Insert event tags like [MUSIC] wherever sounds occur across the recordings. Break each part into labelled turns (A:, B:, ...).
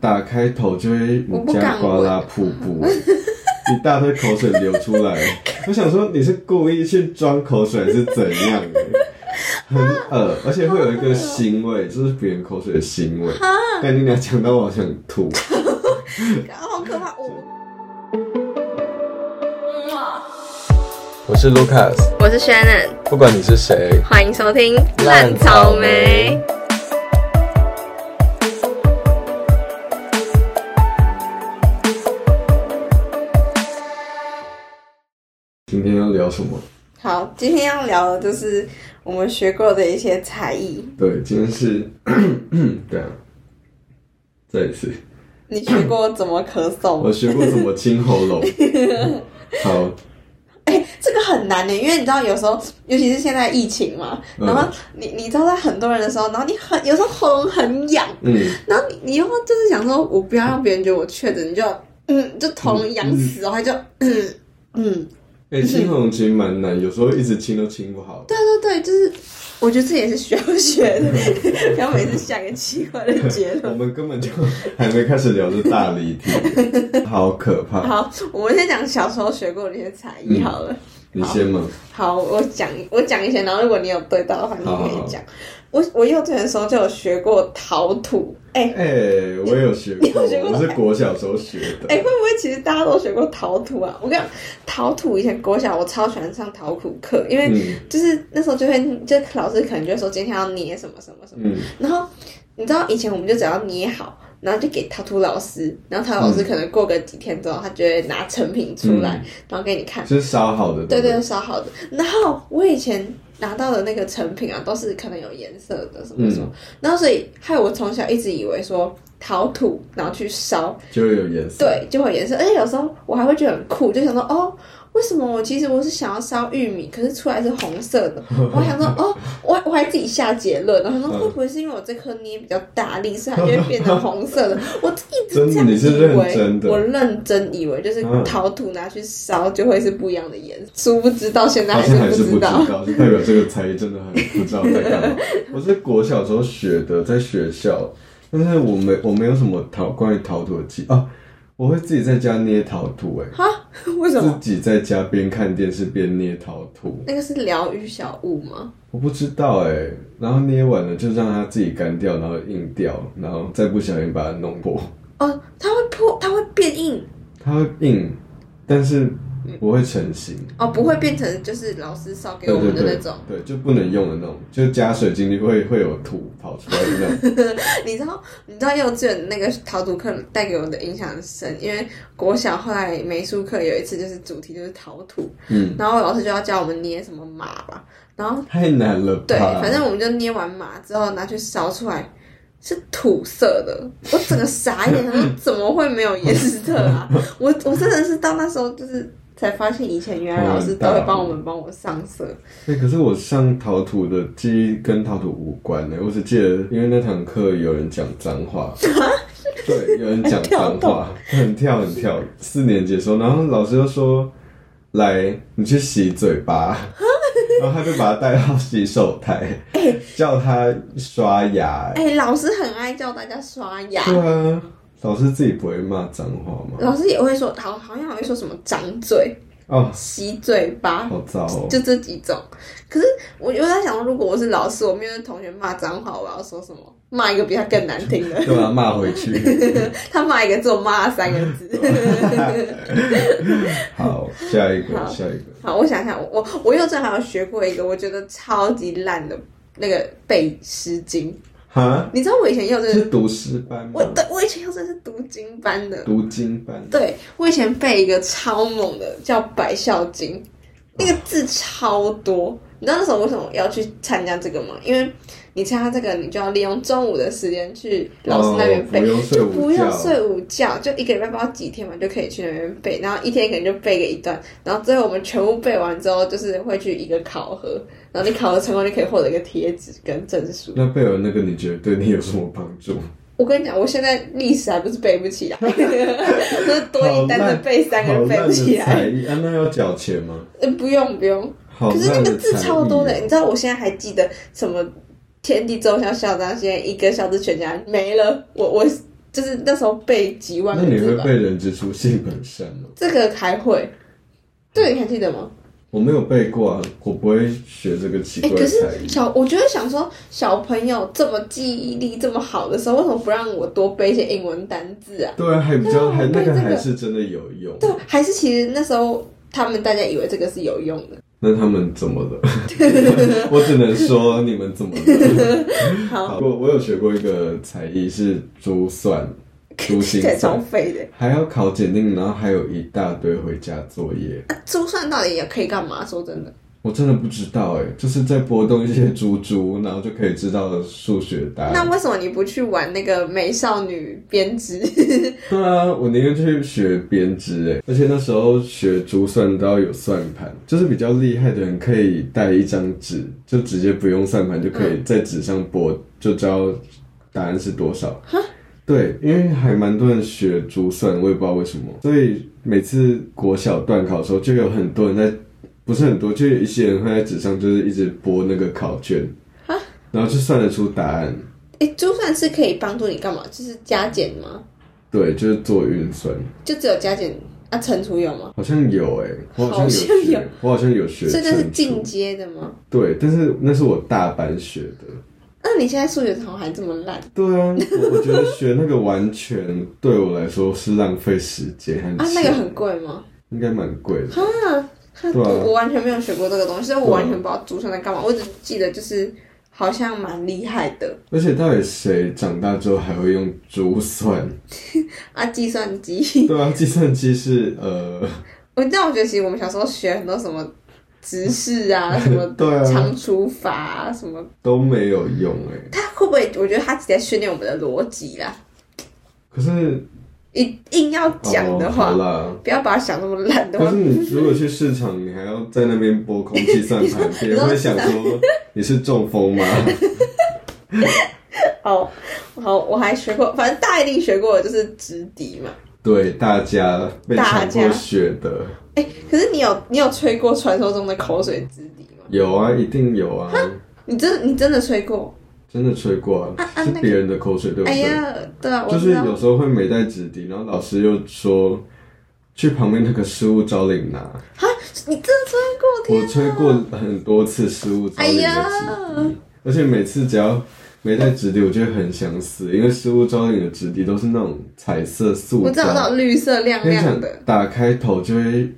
A: 打开头就会你
B: 我不
A: 加
B: 敢
A: 瓜啦
B: 闻
A: 瀑布， [LAUGHS] 一大堆口水流出来。我想说你是故意去装口水还是怎样的？很恶，而且会有一个腥味，就是别人口水的腥味。但你俩讲到我好想吐。
B: 好可怕！我
A: 我是 Lucas，
B: 我是 Shannon，
A: 不管你是谁，
B: 欢迎收听《
A: 烂草莓
B: 烂草
A: 今天要聊什么？
B: 莓好，今天要聊的就是我们学过的一些才艺。
A: 对，今天是 [CLEARS THROAT] 对啊，再一次，
B: 你学过怎么咳
A: 我
B: 嗽？
A: 学过怎么清喉
B: [LAUGHS]
A: 咙。好，
B: 哎、这个很难呢，因为你知道，有时候，尤其是现在疫情嘛，
A: 嗯
B: 然后你你知道，在很多人的时候，然后你很有时候喉咙很痒，
A: 嗯，
B: 然后你你又就是想说，我不要让别人觉得我确诊，你就嗯，就喉咙痒死，然后就嗯嗯，
A: 哎、清喉咙其实蛮难，有时候一直清都清不好。
B: 对对对，就是我觉得这也是需要
A: [LAUGHS]
B: 学的，不要每次下个奇怪的结
A: 我
B: 论。
A: 们根本就还没开始聊这大离
B: [LAUGHS]
A: 题，好可怕！
B: 好，我们先讲小时候学过的一些才艺
A: 嗯
B: 好了。
A: 你先嘛，
B: 好，我讲我讲一些，然后如果你有对到的话，你
A: 好好
B: 可
A: 好
B: 以讲。我我幼稚园的时候就有学过陶土，哎、
A: 哎、我也有学
B: 你 [LAUGHS]
A: 过，
B: 有学过
A: 我是国小时候学的。
B: 哎、会不会其实大家都学过陶土啊？我跟你讲，陶土以前国小我超喜欢上陶土课，因为
A: 嗯
B: 就是那时候就会，就老师可能就会说今天要捏什么什么什么，
A: 嗯，
B: 然后你知道以前我们就只要捏好，然后就给陶土老师，然后陶土老师
A: 嗯
B: 可能过个几天之后，他就会拿成品出来，然后给你看。
A: 是烧好的。
B: 对
A: 不
B: 对，烧好的。然后我以前拿到的那个成品啊，都是可能有颜色的什么
A: 嗯
B: 什么，然后所以害我从小一直以为说陶土，然后去烧，
A: 就会有颜色。
B: 对，就会有颜色。而且有时候我还会觉得很酷，就想说哦。为什么我其实我是想要烧玉米，可是出来是红色
A: [LAUGHS]
B: 的？我还想说哦，我我还自己下结论，然后想
A: 嗯
B: 说会不会是因为我这颗捏比较大力，所以它就会变成红
A: [LAUGHS]
B: 色的？我一直这
A: 真的
B: 样
A: 你是
B: 以
A: 认
B: 为，
A: 真的
B: 我认真以为就是
A: 嗯
B: 陶土拿去烧就会是不一样的颜色，殊不知到 [LAUGHS] 现在
A: 到
B: 还
A: 现在还
B: 是
A: 是不
B: 知
A: 知
B: 道。
A: 道，就代表这个才艺真的很不知道在干
B: [LAUGHS]
A: 嘛。我是国小时候学的，在学校，但是我没我没有什么陶关于陶土的记啊，我会自己在家捏陶土、欸，
B: 哈？ [LAUGHS] 为什么？
A: 自己在家边看电视边捏陶土，
B: 那个是疗愈小物吗？
A: 我不知道哎、然后捏完了就让它自己干掉，然后硬掉，然后再不小心把它弄破，
B: 哦，它会破，它会变硬
A: 它会硬，但是不会成型。
B: 哦，不会变成就是老师烧给
A: 对
B: 我
A: 对
B: 们的
A: 对
B: 那种。，
A: 对就不能用的那种，就加水进去会会有土跑出来的那种。
B: [LAUGHS] 你知道，你知道幼稚园那个陶土课带给我的影响很深，因为国小后来美术课有一次就是主题就是陶土，
A: 嗯，
B: 然后老师就要教我们捏什么马吧，然后
A: 太难了吧？
B: 对，反正我们就捏完马之后拿去烧出来是土色的，我整个傻眼，
A: [LAUGHS]
B: 我说怎么会没有颜色啊？我我真的是到那时候就是才发现，以前原来老师都会帮我们帮我上色，
A: 哎、可是我上陶土的记忆跟陶土无关欸呢、我只记得因为那堂课有人讲脏
B: [LAUGHS]
A: 话，对，有人讲脏话，很跳很跳。四年级的时候，然后老师就说：“来，你去洗嘴
B: [LAUGHS]
A: 巴。”然后他就把他带到洗手台，叫他刷牙、欸。
B: 哎、老师很爱叫大家刷牙。哦
A: 对啊，老师自己不会骂脏话吗？
B: 老师也会说，好，好像还会说什么张嘴，
A: 哦，
B: 洗嘴巴，
A: 好糟哦。
B: 就这几种。可是我又在想，如果我是老师，我面对同学骂脏话，我要说什么？骂一个比他更难听的，
A: 对啊，骂回去。
B: [LAUGHS] 他骂一个字，我骂他三个字。
A: 好，下一个，
B: 好
A: 下一个。
B: 好，我想想，我我我幼稚园还有学过一个我觉得超级烂的那个背《诗经》，
A: 哈，
B: 你知道我以前幼稚园，
A: 是读诗班吗
B: 我？对我以前幼稚园是读经班的，
A: 读经班。
B: 对我以前背一个超猛的叫《百孝经》，那个字超多。你知道那时候为什么要去参加这个吗？因为你参加这个，你就要利用中午的时间去老师那边
A: 哦
B: 背，
A: 不用睡
B: 就
A: 午
B: 不用
A: 觉
B: 嗯睡午觉，就一个礼拜不知道几天嘛，就可以去那边背，然后一天可能就背个一段，然后最后我们全部背完之后，就是会去一个考核，然后你考核成功就可以获得一个贴纸跟证书。
A: 那贝尔那个，你觉得对你有什么帮助？
B: [LAUGHS] 我跟你讲，我现在历史还不是背不起来， [LAUGHS] 就是多一单的背三个
A: 好
B: 背
A: 烂
B: 不起
A: 的才
B: 来。
A: 艺啊！那要缴钱吗？
B: 呃，不用不用，
A: 好
B: 可是那
A: 烂
B: 个
A: 的才艺。啊
B: 字超多的，你知道我现在还记得什么“天地周孝孝章”，现在一个孝字全家没了，我我就是那时候背几万
A: 那
B: 个
A: 你
B: 字
A: 会
B: 吧。
A: 背人之初性本善吗？
B: 这个还会，这个你还记得吗？
A: 我没有背过啊，我不会学这个嗯奇
B: 哎、
A: 怪
B: 可
A: 的才
B: 是
A: 艺。
B: 小，我觉得想说，小朋友这么记忆力这么好的时候，为什么不让我多背一些英文单字啊？
A: 对啊，还比
B: 对啊
A: 较还
B: 我
A: 那
B: 背这
A: 个
B: 个
A: 还是真的有用。
B: 对，还是其实那时候他们大家以为这个是有用的。
A: 那他们怎么
B: [LAUGHS]
A: 了？我只能说你们怎么了？
B: [LAUGHS] 好，
A: 我我有学过一个才艺是珠算，珠心
B: 这超
A: 算，
B: 废的。
A: 还要考检定，然后还有一大堆回家作业。
B: 啊珠算到底也可以干嘛？说真的，
A: 我真的不知道哎、就是在拨动一些珠珠，然后就可以知道数学答
B: 那
A: 案。
B: 为什么你不去玩那个美少女编织？ [LAUGHS]
A: 对啊，我宁愿去学编织哎、而且那时候学珠算都要有算盘，就是比较厉害的人可以带一张纸，就直接不用算盘就可以在纸上拨，就知道答案是多少。对，因为还蛮多人学珠算，我也不知道为什么，所以每次国小段考的时候，就有很多人在，不是很多，就有一些人会在纸上就是一直拨那个考卷，然后就算得出答案。
B: 哎、珠算是可以帮助你干嘛？就是加减吗？
A: 对，就是做运算，
B: 就只有加减啊，乘除有吗？
A: 好像有诶、我好像有
B: 好像
A: 学，
B: 有
A: 我好像有学
B: 所以这是
A: 乘
B: 进
A: 除
B: 阶的吗？
A: 对，但是那是我大班学的。
B: 那啊你现在数学怎么还这么烂？
A: 对啊，我我觉得学那个完全对我来说是浪费时间和
B: 啊，那
A: 钱
B: 个很贵吗？
A: 应该蛮贵的。
B: 啊，
A: 对啊
B: 我我完全没有学过这个东西，所以我
A: 对啊
B: 完全不知道珠算在干嘛。我只记得就是好像蛮厉害的
A: 而且到底谁长大之后还会用珠
B: [LAUGHS]
A: 算？
B: 啊，计算机。 [LAUGHS]
A: 对啊，计算机是呃，
B: 我但我觉得其实我们小时候学很多什么直视 [LAUGHS] 啊，什么
A: 对啊，
B: 长除法啊，什么，
A: 都没有用哎、
B: 他会不会？我觉得他只在训练我们的逻辑啦。
A: 可是
B: 一硬要讲的
A: 哦
B: 话，
A: 好啦。
B: 不要把它想那么烂的
A: 可
B: 话
A: 是，你如果去市场，你还要在那边拨空气算
B: [LAUGHS]
A: 盘，别人会想说你是中风吗？
B: 哦，好，我还学过，反正大家一定学过的就是直笛嘛。
A: 对，大家被强
B: 大
A: 迫
B: 家
A: 学的，
B: 哎、可是你有你有吹过传说中的口水直笛吗？
A: 有啊，一定有啊，
B: 你真你真的吹过？
A: 真的吹过啊，
B: 啊啊
A: 是
B: 那个
A: 别人的口水，对不
B: 哎
A: 对？
B: 呀，对啊，我
A: 就
B: 知
A: 是
B: 道。
A: 有时候会没带纸笛，然后老师又说去旁边那个失物招领拿，
B: 你真的吹过？天
A: 我
B: 啊哎
A: 吹过很多次失误招领的纸笛，而且每次只要没带纸笛，我就会很想死，因为失误招领的纸笛都是那种彩色塑
B: 我知道，我知道，
A: 胶，
B: 绿色亮
A: 跟你
B: 亮
A: 讲
B: 的，，
A: 打开头就会，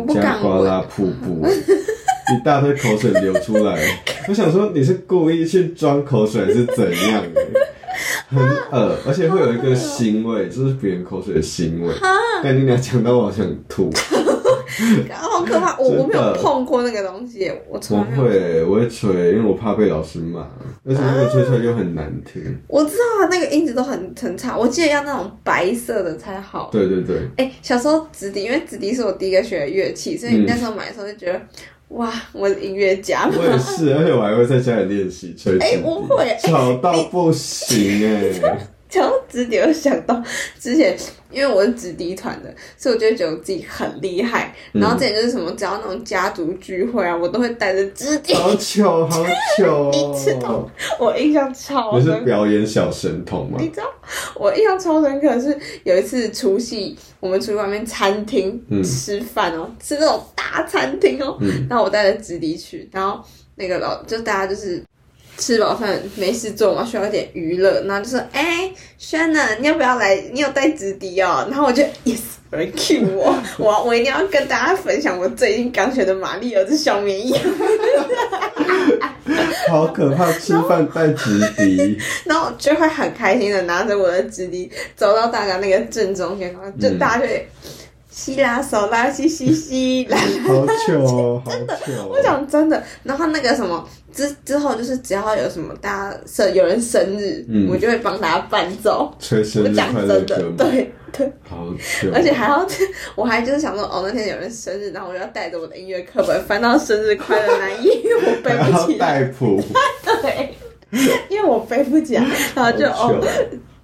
A: 你
B: 不
A: 加
B: 敢
A: 瓜
B: 闻
A: 拉瀑布， [LAUGHS] 一大堆口水流出来，
B: [LAUGHS]
A: 我想说你是故意去装口水还是怎样？很恶，而且会有一个腥味，就是别人口水的腥味。但你俩讲到我想吐，
B: 啊好可怕！我我没
A: 真
B: 有
A: 的
B: 碰过那个东西，我从
A: 我
B: 来没有。
A: 会，我会吹，因为我怕被老师骂，而且那个吹出来又很难听。
B: 我知道啊，那个音质都很很差，我记得要那种白色的才好。
A: 对对对，
B: 哎、小时候直笛，因为直笛是我第一个学的乐器，所以
A: 嗯
B: 那时候买的时候就觉得，哇，我是音乐家。
A: 我也是，而且我还会在家里练习吹纸笛，
B: 哎我会哎
A: 吵到不行哎、
B: [LAUGHS] 讲到直笛，我就想到之前，因为我是直笛团的，所以我就会觉得我自己很厉害。然
A: 嗯
B: 后之前就是什么，只要那种家族聚会啊，我都会带着直笛，
A: 好糗，好糗、
B: 你知
A: 哦
B: 道！我印象超
A: 你
B: 深
A: 是
B: 刻。
A: 表演小神童吗
B: 你？知道，我印象超深刻是有一次除夕，我们出去外面餐厅
A: 嗯
B: 吃饭哦，吃那种大餐厅哦，
A: 嗯
B: 然后我带着直笛去，然后那个老就大家就是吃饱饭没事做嘛，需要一点娱乐，然后就说：“哎、s h a n n o n 你要不要来？你有带直笛哦？”然后我就 yes。有人 cue 我，我我一定要跟大家分享我最近刚学的马里尔这小绵羊。
A: 好可怕！吃饭带直笛，
B: 然后我就会很开心的拿着我的纸笛走到大家那个正中间，然后就
A: 嗯
B: 大家就会吸啦手啦吸吸吸啦。
A: 好糗哦，好糗、
B: 我
A: 哦！
B: 讲真的，然后那个什么之之后就是只要有什么大家生有人生日，
A: 嗯
B: 我就会帮大家伴奏。
A: 吹生
B: 我
A: 日
B: 讲
A: 快乐
B: 真的
A: 歌，吗？
B: 对对，
A: 好糗！
B: 而且还要， [LAUGHS] 我还就是想说，哦，那天有人生日，然后我就要带着我的音乐课本翻到生日快乐那一页，因为我背
A: [LAUGHS] 还
B: 不
A: 要
B: 起来，
A: 带谱，
B: 对，因为我背不起来，然后就
A: 好
B: 哦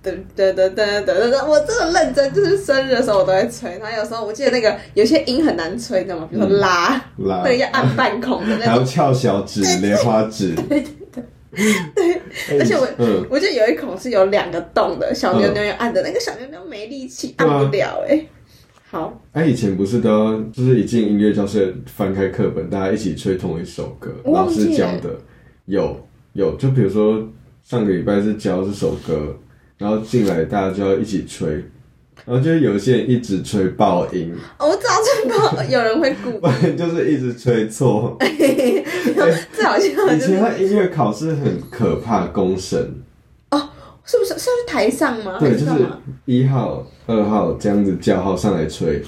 A: 糗，
B: 噔噔噔噔噔噔，我真的认真，就是生日的时候我都会吹。然后有时候我记得那个有些音很难吹，你知道吗？比如说拉，
A: 啦
B: 那个要按半孔的
A: 还
B: 那
A: 要
B: 种。
A: 翘小指、莲花指，哎
B: 而且我
A: 嗯，
B: 我就有一孔是有两个洞的，小妞妞要按的，那个小妞妞没力气，按不了哎、好，
A: 哎、以前不是都要，就是一进音乐教室翻开课本，大家一起吹同一首歌，
B: 我
A: 老
B: 忘记
A: 师
B: 了
A: 教的有有，就比如说上个礼拜是教这首歌，然后进来大家就要一起吹，然后就有些人一直吹爆音， [LAUGHS]
B: 哦我早就道有人会鼓
A: 不，然就是一直吹错。
B: [LAUGHS] 最好笑的
A: 以
B: 就是
A: 前的音乐考试很可怕，公审，
B: 是不是是要去台上吗？
A: 对，
B: 还
A: 就是是
B: 哦干嘛？
A: 一号、二号这样子叫号上来
B: [GASPS]
A: 吹，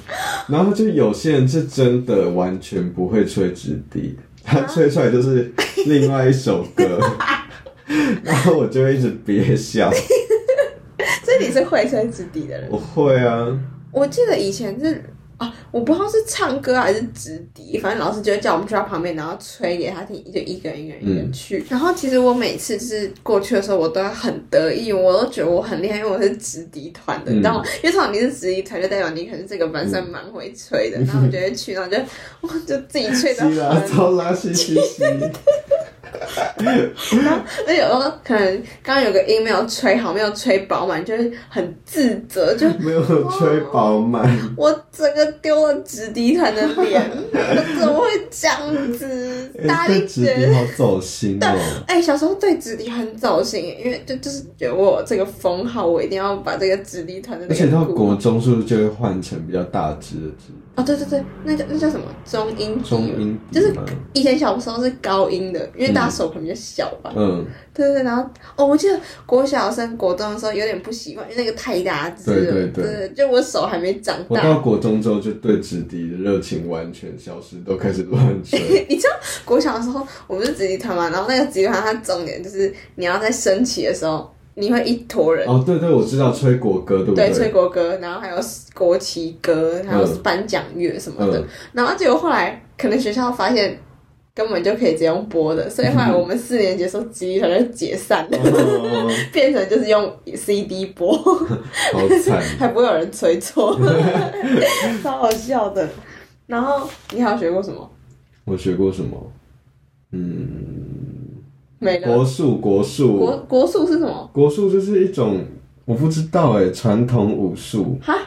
A: 然后就有些人是真的完全不会吹直笛，
B: 啊
A: 他吹出来就是另外一首歌，
B: [LAUGHS]
A: 然后我就会一直憋笑。
B: 所以你是会吹直笛的人。
A: 我会啊，
B: 我记得以前是啊，我不知道是唱歌还是直笛，反正老师就会叫我们去他旁边，然后吹给他听，就一个人一个人一个人去。然后其实我每次就是过去的时候，我都很得意，我都觉得我很厉害，因为我是直笛团的，
A: 嗯
B: 你知道吗？因为通常你是直笛团，就代表你可能这个班上蛮会吹的，然后我就会去，然后就我就自己吹的
A: [LAUGHS] 西拉
B: 很
A: 啊超拉西西
B: [LAUGHS]
A: 西，
B: 而且有时候可能刚刚有个音没有吹好，没有吹饱满，就是很自责，就
A: 没有吹饱满，
B: 我整个丢了直笛团的
A: [LAUGHS]
B: 脸，我怎么会这样子？ [LAUGHS] 大
A: 哎，
B: 家
A: 这
B: 就
A: 直
B: 觉
A: 笛
B: 得，
A: 好走心哦。
B: 哎、小时候对直笛很走心，因为就就是觉得我有这个封号，我一定要把这个直笛团的
A: 而
B: 脸
A: 且
B: 鼓。
A: 到国中是不是就会换成比较大只的直笛
B: 哦，对对对，那叫那叫什么中音笛
A: 中音嗯笛
B: 就是
A: 吗
B: 以前小时候是高音的，因为大家手可能比较小吧。
A: 嗯，
B: 对对对，然后哦，我记得国小升国中的时候有点不习惯，因为那个太大只了，
A: 对对对
B: 就我手还没长
A: 我
B: 大。
A: 到国中之后就对直笛的热情完全消失，都开始乱
B: [LAUGHS]
A: 吹。
B: 你知道国小的时候，我们是直笛团嘛，然后那个直笛团它重点就是你要在升旗的时候，你会一坨人、
A: 哦，对对，我知道吹国歌，对不
B: 对吹国歌，然后还有国旗歌，还有
A: 嗯
B: 颁奖乐什么的。
A: 嗯
B: 然后结果后来可能学校发现根本就可以直接用播的，所以后来我们四年级的时候，直笛团就解散了，
A: 哦
B: [LAUGHS] 变成就是用 CD 播，
A: 好惨。
B: [LAUGHS] 还不会有人吹
A: [LAUGHS]
B: 错，超好笑的。然后你还有学过什么？
A: 我学过什么？嗯，
B: 没了。
A: 国术，国
B: 国
A: 术，
B: 国术是什么？
A: 国术就是一种我不知道哎，传统武术。
B: 哈，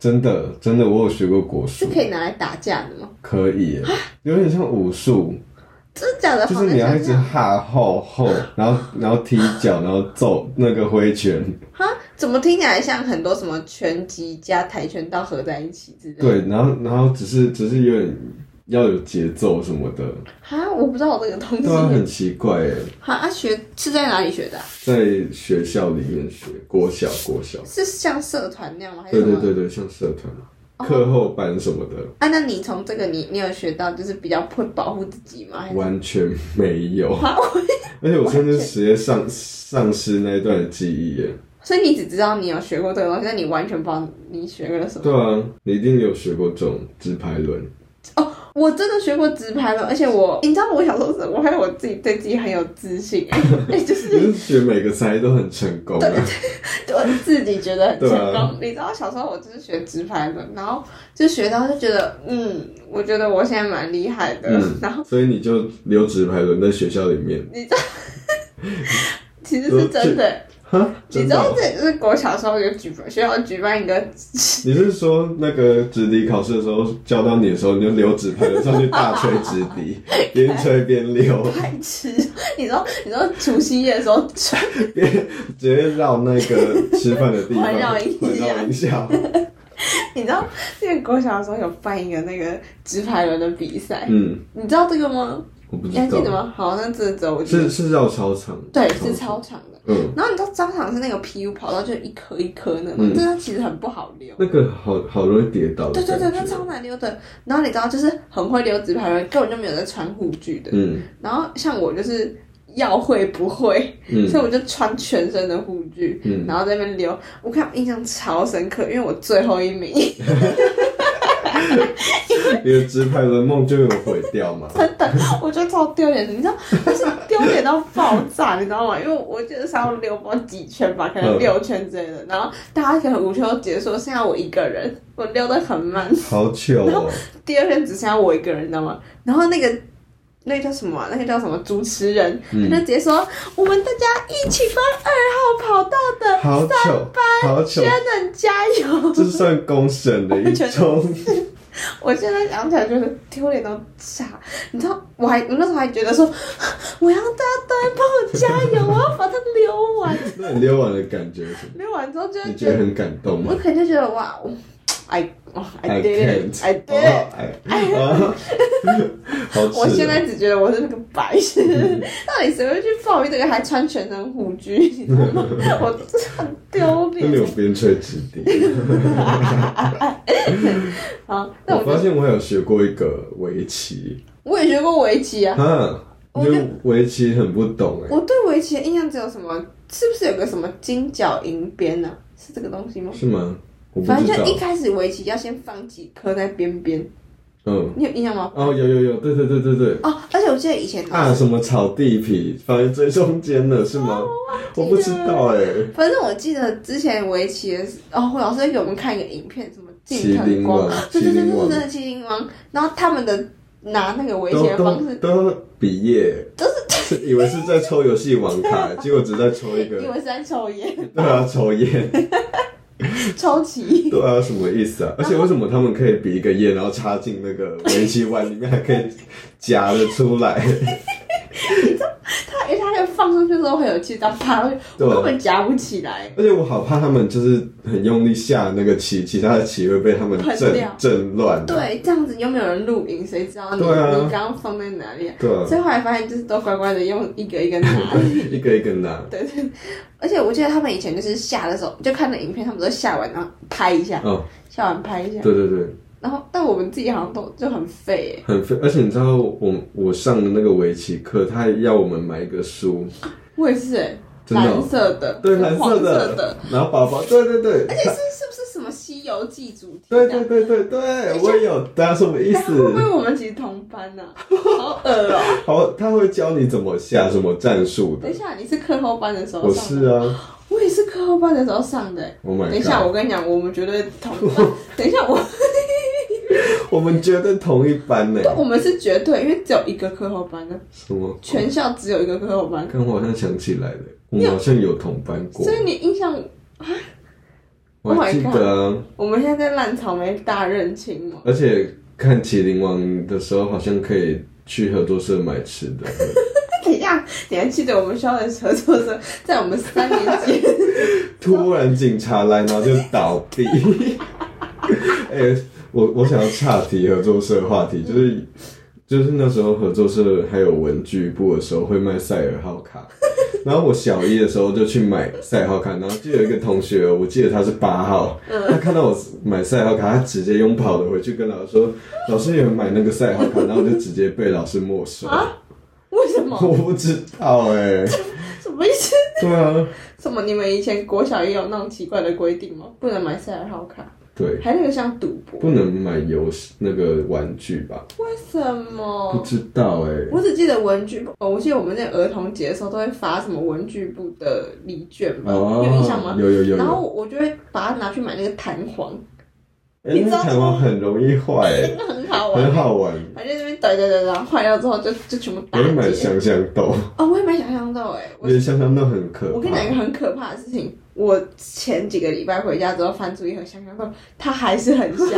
A: 真的，真的，我有学过国
B: 是
A: 术，
B: 可以拿来打架的吗？
A: 可以耶，有点像武术，
B: 真的假的？
A: 就是
B: 好
A: 你要
B: 难
A: 一直
B: 想象
A: 哈吼吼，然后然后踢脚，然后揍那个挥拳，
B: 哈，怎么听起来像很多什么拳击加跆拳道合在一起之类的？
A: 对，然后然后只是只是有点要有节奏什么的，
B: 哈，我不知道我这个东
A: 对啊，
B: 西。
A: 很奇怪耶，
B: 哈，啊学是在哪里学的啊、
A: 在学校里面学国小国小，
B: 是像社团那样吗？还是
A: 对
B: 什
A: 对
B: 么？哦
A: 对对，像社团、课后班什么的，
B: 啊，那你从这个你你有学到就是比较会保护自己吗？还是
A: 完全没有，
B: 哈， [LAUGHS] 我
A: 而且我甚至直接丧丧失那一段的记忆耶。
B: 所以你只知道你有学过这个东西，但你完全不知道你学了什么。
A: 对啊，你一定有学过这种直排轮，
B: 我真的学过直排轮，而且我，你知道我小时候是，我还有我自己对自己很有自信、 [LAUGHS] 哎，哎就是
A: 你是学每个才艺都很成功啊。
B: 我自己觉得很成功。
A: 对啊
B: 你知道小时候我就是学直排轮，然后就学到就觉得，嗯，我觉得我现在蛮厉害的。
A: 嗯
B: [LAUGHS] 然后
A: 所以你就留直排轮在学校里面，
B: [LAUGHS] 其实是真的，
A: 哈，
B: 你
A: 真
B: 知
A: 的
B: 道
A: 哦、
B: 这就是国小时候有举办学校举办一个，
A: 你是说那个直笛考试的时候教到你的时候，你就留直排轮上去大吹直
B: [LAUGHS]
A: 笛，边吹边溜，
B: 白痴， [LAUGHS] 你知道你知道除夕夜的时候
A: 直接绕那个吃饭的地方，
B: 环绕一下
A: 环绕一下。
B: 你知道那个国小的时候有办一个那个直排轮的比赛，
A: 嗯，
B: 你知道这个吗？
A: 我不知
B: 你还哎记得
A: 道，
B: 吗？好，那真的只有我记得
A: 是。是绕操场，
B: 对，是操场的。
A: 嗯，
B: 然后你知道操场是那个 PU 跑道，就一颗一颗那种，
A: 嗯
B: 但它其实很不好溜。
A: 那个好好容易跌倒的
B: 对对对，
A: 感
B: 那
A: 觉
B: 超难溜的。然后你知道，就是很会溜直排轮，根本就没有在穿护具的。
A: 嗯
B: 然后像我就是要会不会，
A: 嗯
B: 所以我就穿全身的护具，
A: 嗯
B: 然后在那边溜。我看印象超深刻，因为我最后一名，
A: 你的直排轮梦就有毁掉
B: [LAUGHS]
A: 嘛？
B: 真的，我觉得超丢脸的。你知道，但是丢脸到爆炸，你知道吗？因为我记得是要溜不知道几圈吧，可能
A: 嗯
B: 六圈之类的。然后大家可能午休结束，剩下我一个人，我溜得很慢。
A: 好糗哦！
B: 第二天只剩下我一个人，你知道吗？然后那个那个叫什么啊、那个叫什么主持人，
A: 嗯
B: 他就直接说我们大家一起帮二号跑道的
A: 好糗，好糗，
B: Shannon 加油！
A: 这算公审的一种。 [LAUGHS]
B: 我现在想起来觉得丢脸到炸，你知道，我还我那时候还觉得说，我要大家都来帮我加油，我要把它溜完。
A: 那你溜完的感觉是什么？
B: 溜完之后就
A: 你觉
B: 觉
A: 得
B: 得，
A: 很感动
B: 我
A: 吗
B: 可能就觉得哇我，I 我 I
A: ？I
B: did
A: can't.
B: it，I did it。
A: 哦哎
B: [LAUGHS]
A: 哦 [LAUGHS] 好耻哦。
B: 我现在只觉得我是那个白痴，到底谁会去鲍鱼这个还穿全身护具？你知道吗？我真的很丢
A: [LAUGHS] 那你有
B: 脸。
A: 边吹纸笛？
B: 好， [LAUGHS] 那
A: 我
B: 我
A: 发
B: 就
A: 现我有学过一个围棋
B: 我也学过围棋啊，
A: 啊，
B: 我
A: 我
B: 就
A: 觉得围棋很不懂哎、
B: 我对围棋的印象只有什么，是不是有个什么金角银边呢、啊？是这个东西吗？
A: 是吗？我不
B: 反正
A: 知
B: 就
A: 道
B: 一。开始围棋要先放几颗在边边，
A: 嗯，
B: 你有印象吗？
A: 哦，有有有，对对对对对。
B: 哦，而且我记得以前
A: 啊，
B: 老师，
A: 什么炒地皮，反正最中间的是吗？
B: 哦
A: 我不知道哎、
B: 反正我记得之前围棋的时候，哦，老师会给我们看一个影片，什么近
A: 麒
B: 藤
A: 麟
B: 光
A: 王，，
B: 对
A: 麒
B: 对对
A: 麟
B: 对
A: 王
B: 对，麒麟王。然后他们的拿那个围棋
A: 都
B: 的方
A: 都
B: 式，
A: 都毕业，都是以为是在抽游戏王
B: [LAUGHS]
A: 卡，结果只在抽一
B: 因
A: 个，
B: 为是在抽烟、
A: 对啊，抽烟，
B: 抽棋，
A: 对啊，什么意思啊？而且为什么他们可以比一个烟，然后插进那个围棋碗里面，还可以夹得出来？
B: [LAUGHS] 他而且他那个放上去之后会有气到啪，
A: 对啊
B: 我根本夹不起来。
A: 而且我好怕他们就是很用力下那个棋，其他的棋会被他们
B: 喷
A: 震
B: 掉
A: 震乱。
B: 对，这样子又没有人录影，谁知道你、
A: 对啊
B: 你刚刚放在哪里、啊？
A: 对啊， [LAUGHS]
B: 所以后来发现就是都乖乖的用一个一个拿。
A: 一个一个拿。
B: 对对，而且我记得他们以前就是下的时候，就看了影片，他们都下完然后拍一下，
A: 哦，
B: 下完拍一下，
A: 对对对，
B: 然后但我们自己好像都就很废耶，
A: 很费。而且你知道我我上的那个围棋课，他还要我们买一个书，
B: 我也是哎，
A: 真的哦
B: 蓝色的，
A: 对
B: 跟
A: 蓝
B: 黄
A: 色
B: 色
A: 的，然后宝宝，对对对，
B: 而且是是不是什么《西游记》主题
A: 对
B: 的？
A: 对对对对，我也有，大家什么意
B: 但会不会
A: 思？
B: 我们其实同班
A: [LAUGHS]
B: 呢、好恶哦、
A: 好，他会教你怎么下什么战术的
B: 等一。下，你是课后班的时候
A: 我
B: 上
A: 是
B: 的，
A: 啊
B: 我也是课后班的时候上的耶。欸
A: ，Oh my
B: 等一下，
A: god，
B: 我跟你讲，我们绝对同
A: [LAUGHS]
B: 班。等一下，我 [LAUGHS]
A: 我们绝对同一班呢。
B: 我们是绝对，因为只有一个课后班的，
A: 什么？
B: 全校只有一个课后
A: [LAUGHS]
B: 班。
A: 刚我好像想起来了，我们好像有同班过
B: 所，以你印象，
A: 我还
B: Oh my
A: 记得啊。
B: 我们现在在烂草莓大认
A: [LAUGHS]
B: 亲吗？
A: 而且看《麒麟王》的时候，好像可以去合作社买吃的。
B: 等一下，你还记得我们学校的合作社 [LAUGHS] 在我们三年级
A: 突然警察来，然后就倒
B: [LAUGHS]
A: 地。哎、我我想要岔题合作社话题，
B: 嗯
A: 就是就是那时候合作社还有文具部的时候会卖赛尔号
B: [LAUGHS]
A: 卡，然后我小一的时候就去买赛尔号卡，然后就有一个同学，我记得他是八号，
B: 嗯
A: 他看到我买赛尔号卡，他直接用跑的回去跟老师
B: 嗯
A: 说，老师有人买那个赛尔号卡，然后我就直接被老师没收。
B: 为啊什
A: [LAUGHS]
B: 么？
A: 我不知道
B: [LAUGHS]
A: 哎、
B: 什么意思？
A: 对啊，
B: 什么？你们以前国小也有那种奇怪的规定吗？不能买赛尔号卡，
A: 对。啊
B: 还那个像赌博？
A: 不能买游戏那个玩具吧？
B: 为什
A: 不
B: 么？
A: 知道哎、
B: 我只记得文具部，哦我记得我们那儿童节的时候都会发什么文具部的礼券吧？
A: 哦
B: 你有印象吗？
A: 有有有
B: 然后
A: 有，
B: 我就会把它拿去买那个弹簧，
A: 哎、
B: 你知
A: 那
B: 道
A: 弹簧很容易坏、
B: 那
A: 欸，
B: 个很好玩
A: [LAUGHS] [LAUGHS] 很。好玩。
B: [LAUGHS] 还在那边怼怼怼，然后坏掉之后就就全部
A: 我
B: 打
A: 会买
B: 结。
A: 香香豆，
B: 哦，我也买想象豆哎、
A: 我
B: 我
A: 觉得香香豆很可怕。
B: 我跟你讲一个很可怕的事情，我前几个礼拜回家之后翻出一盒香香豆，它还是很香，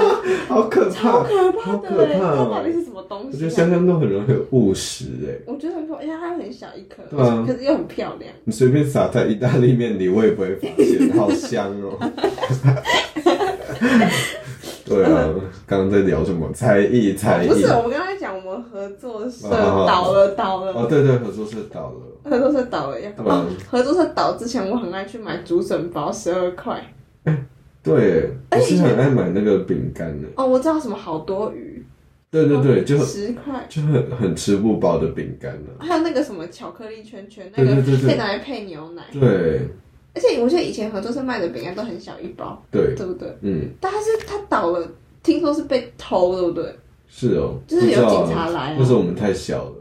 A: 好可
B: 超
A: 怕！
B: 可怕
A: 好
B: 的
A: 可
B: 哎、
A: 怕哦
B: 它到底是什么东
A: 我
B: 西、
A: 觉得
B: 啊？
A: 香香豆很容易误食哎、
B: 我觉得很可怕，而且它很小一颗，
A: 对啊
B: 可是又很漂亮。
A: 你随便撒在意大利面里，我也不会发现，
B: [LAUGHS]
A: 好香哦、 [LAUGHS] 对啊，刚刚在聊什么才艺？才艺
B: 哦不是，我们刚才讲我们合作社
A: 哦
B: 倒了倒了，
A: 哦，对对，合作社倒了，
B: 合作社倒了要干
A: 对
B: 嘛
A: 啊？
B: 合作社倒之前，我很爱去买竹笋包十二块。
A: 对，我
B: 而且
A: 是很爱买那个饼干的。
B: 哦，我知道什么好多鱼，
A: 对对
B: 哦
A: 对，就
B: 十块。
A: 就很很吃不饱的饼干呢。
B: 还有那个什么巧克力圈圈，那个
A: 对对对对
B: 可以拿来配牛奶。
A: 对
B: 而且我记得以前合作社卖的饼干都很小一包，
A: 对，
B: 对不对？
A: 嗯，
B: 但它是它倒了，听说是被偷，对不对？
A: 是哦，
B: 就是
A: 不
B: 有
A: 知道啊
B: 警察来啊
A: 那时候我们太小了。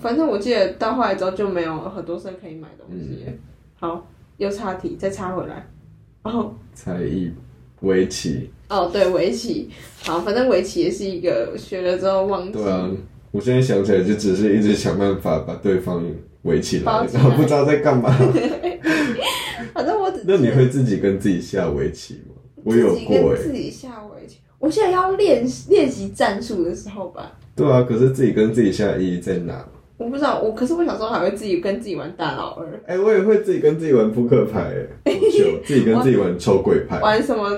B: 反正我记得到后来之后就没有合作社可以买东西了。
A: 嗯
B: 好，又插题，再插回来。哦
A: 才艺围棋，
B: 哦，对，围棋。好，反正围棋也是一个学了之后忘记
A: 对啊，我现在想起来就只是一直想办法把对方围起来
B: 包，起来
A: 然后 [LAUGHS] 不知道在干嘛。
B: [LAUGHS] 反正我只
A: 那你会自己跟自己下围棋吗？我有
B: 自己
A: 过
B: 跟
A: 哎、
B: 自己下围棋。我现在要练练习战术的时候吧，
A: 对啊，可是自己跟自己下的意义在哪？
B: 我不知道我，可是我小时候还会自己跟自己玩大老二，
A: 哎、我也会自己跟自己玩扑克牌、哎，好糗自己跟自己玩抽鬼牌，
B: [LAUGHS] 玩什么？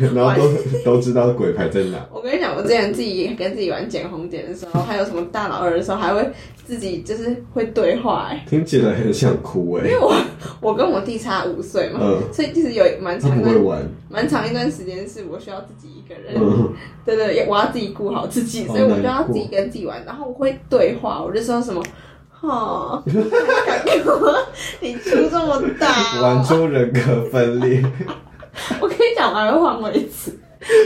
A: [LAUGHS] 然后都都知道鬼牌在哪。
B: 我跟你讲，我之前自己跟自己玩捡红点的时候，还有什么大老二的时候，还会自己就是会对话、欸，
A: 听起来很想哭哎、
B: 因为我我跟我弟差五岁嘛，
A: 嗯
B: 所以其实有蛮
A: 他
B: 长
A: 不
B: 的
A: 会玩，
B: 蛮长一段时间是我需要自己一个人，
A: 嗯，哦
B: 对对，我要自己顾好自己，
A: 好
B: 所以我就
A: 难
B: 要
A: 过
B: 自己跟自己玩，然后我会对话，我就说什么，
A: [LAUGHS]
B: 哦，感觉我你出这么大、
A: 玩
B: 哦，
A: 出人格分裂，
B: 我跟你讲，我还会换位置，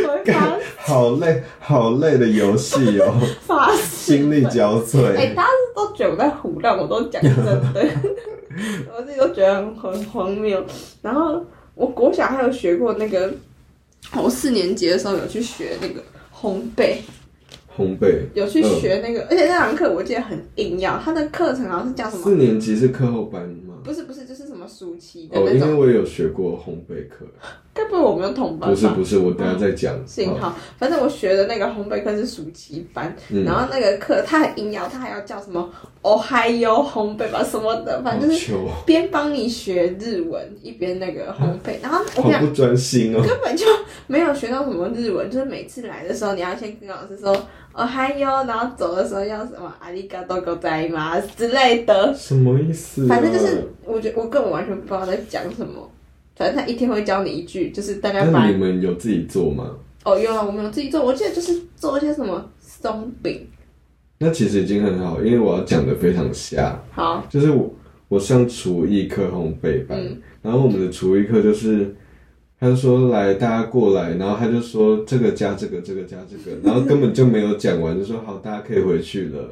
B: 我会发
A: 好累，好累的游戏
B: [LAUGHS]
A: 哦，
B: 发誓
A: 心力交瘁。
B: 哎、大家都觉得我在胡乱，我都讲真
A: [LAUGHS]
B: 的，我自己都觉得很很荒谬。然后我国小还有学过那个，我四年级的时候有去学那个烘焙，
A: 烘焙嗯
B: 有去学那个，而且那堂课我记得很硬要，他的课程好像是叫什么？
A: 四年级是课后班吗？
B: 不是不是，就是什么暑期的
A: 哦，
B: 那
A: 因为
B: 种。
A: 我也有学过烘焙课，
B: 该、不会我们有同班吧？嗯
A: 不是不是，我等一下再讲。
B: 幸
A: 哦
B: 好，反正我学的那个烘焙课是暑期班，
A: 嗯
B: 然后那个课他很硬要，他还要叫什么 Ohio 烘焙吧什么的，反正就是
A: 好哦
B: 边帮你学日文，一边那个烘焙，然后
A: 糗
B: 我跟你
A: 好
B: 讲，
A: 不专心哦。
B: 根本就没有学到什么日文，就是每次来的时候，你要先跟老师说哦嗨哟，然后走的时候要什么阿里嘎多ございます之类的，
A: 什么意思、啊？
B: 反正就是我觉我根本完全不知道在讲什么。反正他一天会教你一句，就是大概把
A: 那你们有自己做吗？
B: 哦，有啊，我们有自己做，我记得就是做一些什么松饼，
A: 那其实已经很好，因为我要讲的非常瞎，
B: 好，
A: 就是我我上厨艺课烘焙班，
B: 嗯
A: 然后我们的厨艺课就是。他就说来，大家过来，然后他就说这个加这个，这个加这个，然后根本就没有讲完，就说好，大家可以回去了。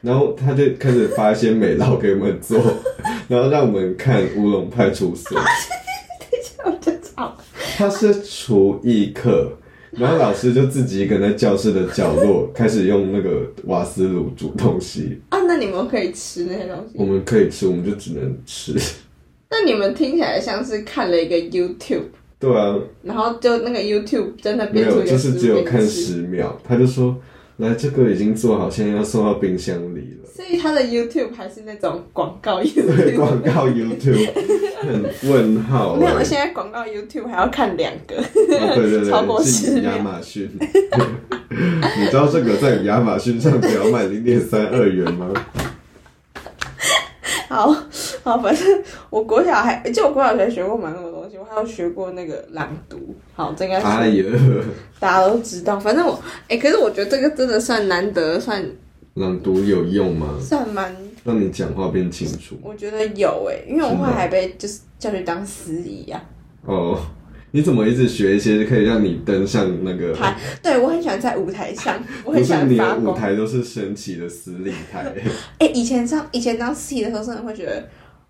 A: 然后他就开始发一些美劳给我们做，然后让我们看乌龙派出所。
B: 我就吵，
A: 他是厨艺课，然后老师就自己一个人在教室的角落开始用那个瓦斯炉煮东西。
B: 啊，那你们可以吃那些东西
A: 我。们可以吃，我们就只能吃。
B: 那你们听起来像是看了一个 YouTube。
A: 对啊，
B: 然后就那个 YouTube 真的
A: 没
B: 变出
A: 有，
B: 一个
A: 就是只有看
B: 食
A: 十秒。他就说：“来，这个已经做好，现在要送到冰箱里了。 [LAUGHS]
B: 谱，所以他的 YouTube 还是那种广告” [LAUGHS]
A: 对，
B: YouTube。
A: 广告 YouTube 很问号、
B: 没有，
A: 欸
B: 现在广告 YouTube 还要看两个， [LAUGHS]
A: 哦对对
B: 超过
A: 对，
B: 10
A: 是
B: 秒
A: 亚马逊。你知道这个在亚马逊上只要卖零点三二元
B: [LAUGHS]
A: 吗？
B: 好 [LAUGHS] 好，反正我国小还，就我国小学学过蛮多东西，我还有学过那个朗读，好，这应该是
A: 哎呀，
B: 大家都知道。反正我，哎、可是我觉得这个真的算难得，算
A: 朗读有用吗？
B: 算蛮，
A: 让你讲话变清楚。
B: 我觉得有哎、因为我
A: 真
B: 后
A: 的
B: 来还被就是叫去当司仪啊，
A: 哦，你怎么一直学一些可以让你登上那个？
B: 台，对我很喜欢在舞台上，我
A: 不
B: 很喜
A: 是
B: 欢
A: 你
B: 发
A: 的
B: 光
A: 舞。台都是升旗的司令台，
B: 哎、以前上以前当司仪的时候，真的会觉得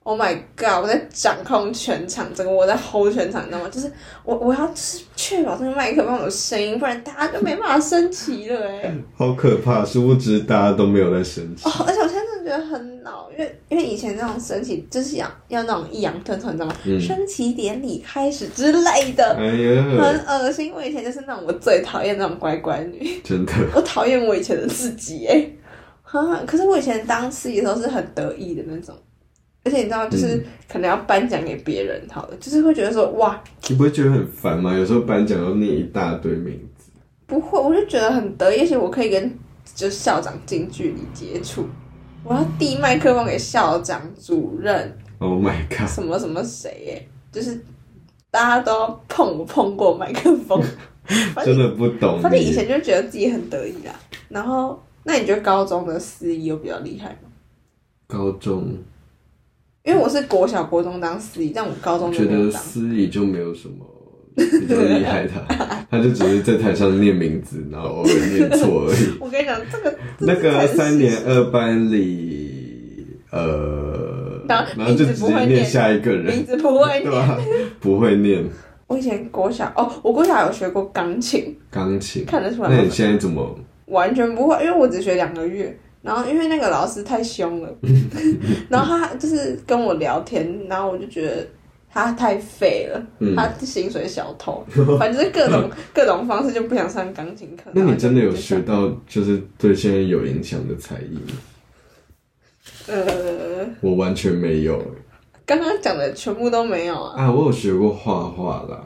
B: ，Oh my god，我在掌控全场，整个我在 hold 全场，你知道吗？就是我我要就是确保这个麦克风有声音，不然大家就没办法升旗了哎、
A: 好可怕！殊不知大家都没有在升旗
B: 哦。，而且我现在真的觉得很恼，因为因为以前那种升旗就是要要那种抑扬顿挫，你知道吗？
A: 嗯
B: 升旗典礼开始之类的。
A: 哎
B: 很
A: 呀，
B: 恶心，我以前就是那种我最讨厌那种乖乖女，
A: 真的，
B: 我讨厌我以前的自己哎、啊！可是我以前当司仪的时候是很得意的那种，而且你知道，就是可能要颁奖给别人，好了，就是会觉得说哇，
A: 你不会觉得很烦吗？有时候颁奖要念一大堆名字，
B: 不会，我就觉得很得意，而且我可以跟就是校长近距离接触，我要递麦克风给校长、主任
A: Oh my god！
B: 什么什么谁耶、就是大家都要碰我碰过麦克风，反正
A: 真的不懂
B: 反正以
A: 你。
B: 前就觉得自己很得意啦。然后，那你觉得高中的司仪有比较厉害吗？
A: 高中
B: 因为我是国小、国中当司仪，但我高中就
A: 觉
B: 没有
A: 得
B: 当。
A: 司仪就没有什么比较厉害的，啊
B: [LAUGHS]
A: 他就只是在台上念名字，然后偶尔念错而已。
B: [LAUGHS] 我跟你讲，这个
A: 那个三，
B: 这
A: 年二班里，呃，
B: 然后
A: 然后就直接念下一个
B: 才是
A: [LAUGHS]
B: 名
A: 人，
B: 字不会
A: 对
B: 念。
A: 吧？不会念
B: 我以前国小哦，我国小有学过钢琴，
A: 钢琴，
B: 看得出来
A: 那
B: 吗
A: 你？现在怎么？
B: 完全不会，因为我只学两个月。然后因为那个老师太
A: [LAUGHS]
B: 凶了，然后他就是跟我聊天，然后我就觉得他太废了，
A: 嗯
B: 他薪水小偷，反正就是各
A: [LAUGHS]
B: 种各种方式就不想上钢琴课。
A: 那
B: 呃然后
A: 你
B: 就
A: 真的有学
B: 就
A: 到就是对现在有影响的才艺吗？
B: 上？呃，
A: 我完全没有、欸
B: 刚刚讲的全部都没有啊，
A: 啊，我有学过画画啦，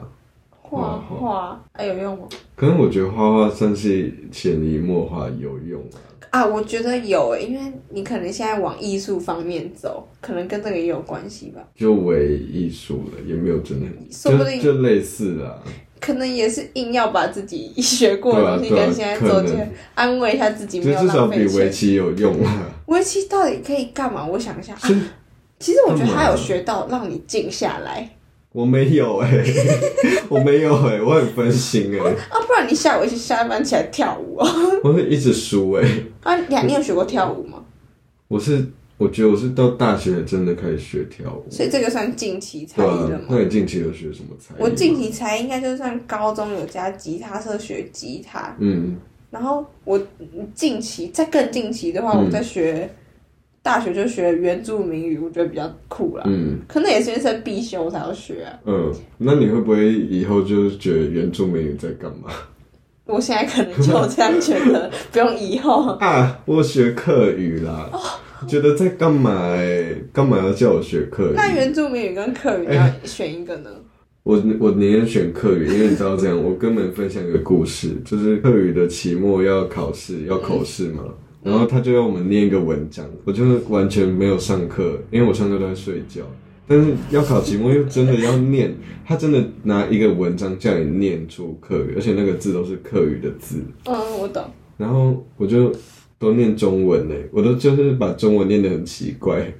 B: 画
A: 画
B: 画哎有用吗？
A: 可是我觉得画画算是潜移默化有用啊。
B: 啊，我觉得有诶、因为你可能现在往艺术方面走，可能跟这个也有关系吧。
A: 就为艺术了，也没有真的，
B: 说不定
A: 就就类似啦，
B: 可能也是硬要把自己学过的东西
A: 对啊对啊
B: 跟现在做
A: 可
B: 就
A: 能
B: 安慰一下自己，
A: 就
B: 没有
A: 至少
B: 浪
A: 比
B: 费
A: 围
B: 钱。
A: 棋有用
B: [LAUGHS]
A: 啊。
B: 围棋到底可以干嘛？我想一下啊，
A: 是
B: 其实我觉得
A: 干嘛
B: 他有学到让你静下来
A: 我没有哎、我没有哎、我很分心哎、
B: [LAUGHS] 啊，不然你下围棋下一半起来跳舞哦。
A: 我会一直输哎、
B: 啊，你你有学过跳舞吗？
A: 我是我觉得我是到大学真的开始学跳舞，
B: 所以这个算近期才
A: 对
B: 艺
A: 啊
B: 了。吗？
A: 那你近期有学什么才艺吗？
B: 我近期才艺应该就算高中有加吉他社学吉他，
A: 嗯，
B: 然后我近期再更近期的话，
A: 嗯
B: 我在学大学就学原住民语，我觉得比较酷啦。
A: 嗯
B: 可能也是因为是必修才要学啊。
A: 嗯，那你会不会以后就是觉得原住民在干嘛
B: 我现在可能就这样觉得，不用
A: [LAUGHS]
B: 以后。
A: 啊？我学客语啦，
B: 哦
A: 觉得在干嘛哎、干嘛要叫我学客语？
B: 那原住民语跟客语你要选一个呢？
A: 我我宁愿选课语，因为你知道这样，我根本分享一个故事，就是课语的期末要考试，要口试嘛，然后他就让我们念一个文章，我就是完全没有上课，因为我上课都在睡觉，但是要考期末又真的要念，他真的拿一个文章叫你念出课语，而且那个字都是课语的字，
B: 嗯，我懂。
A: 然后我就都念中文嘞，我都就是把中文念得很奇怪，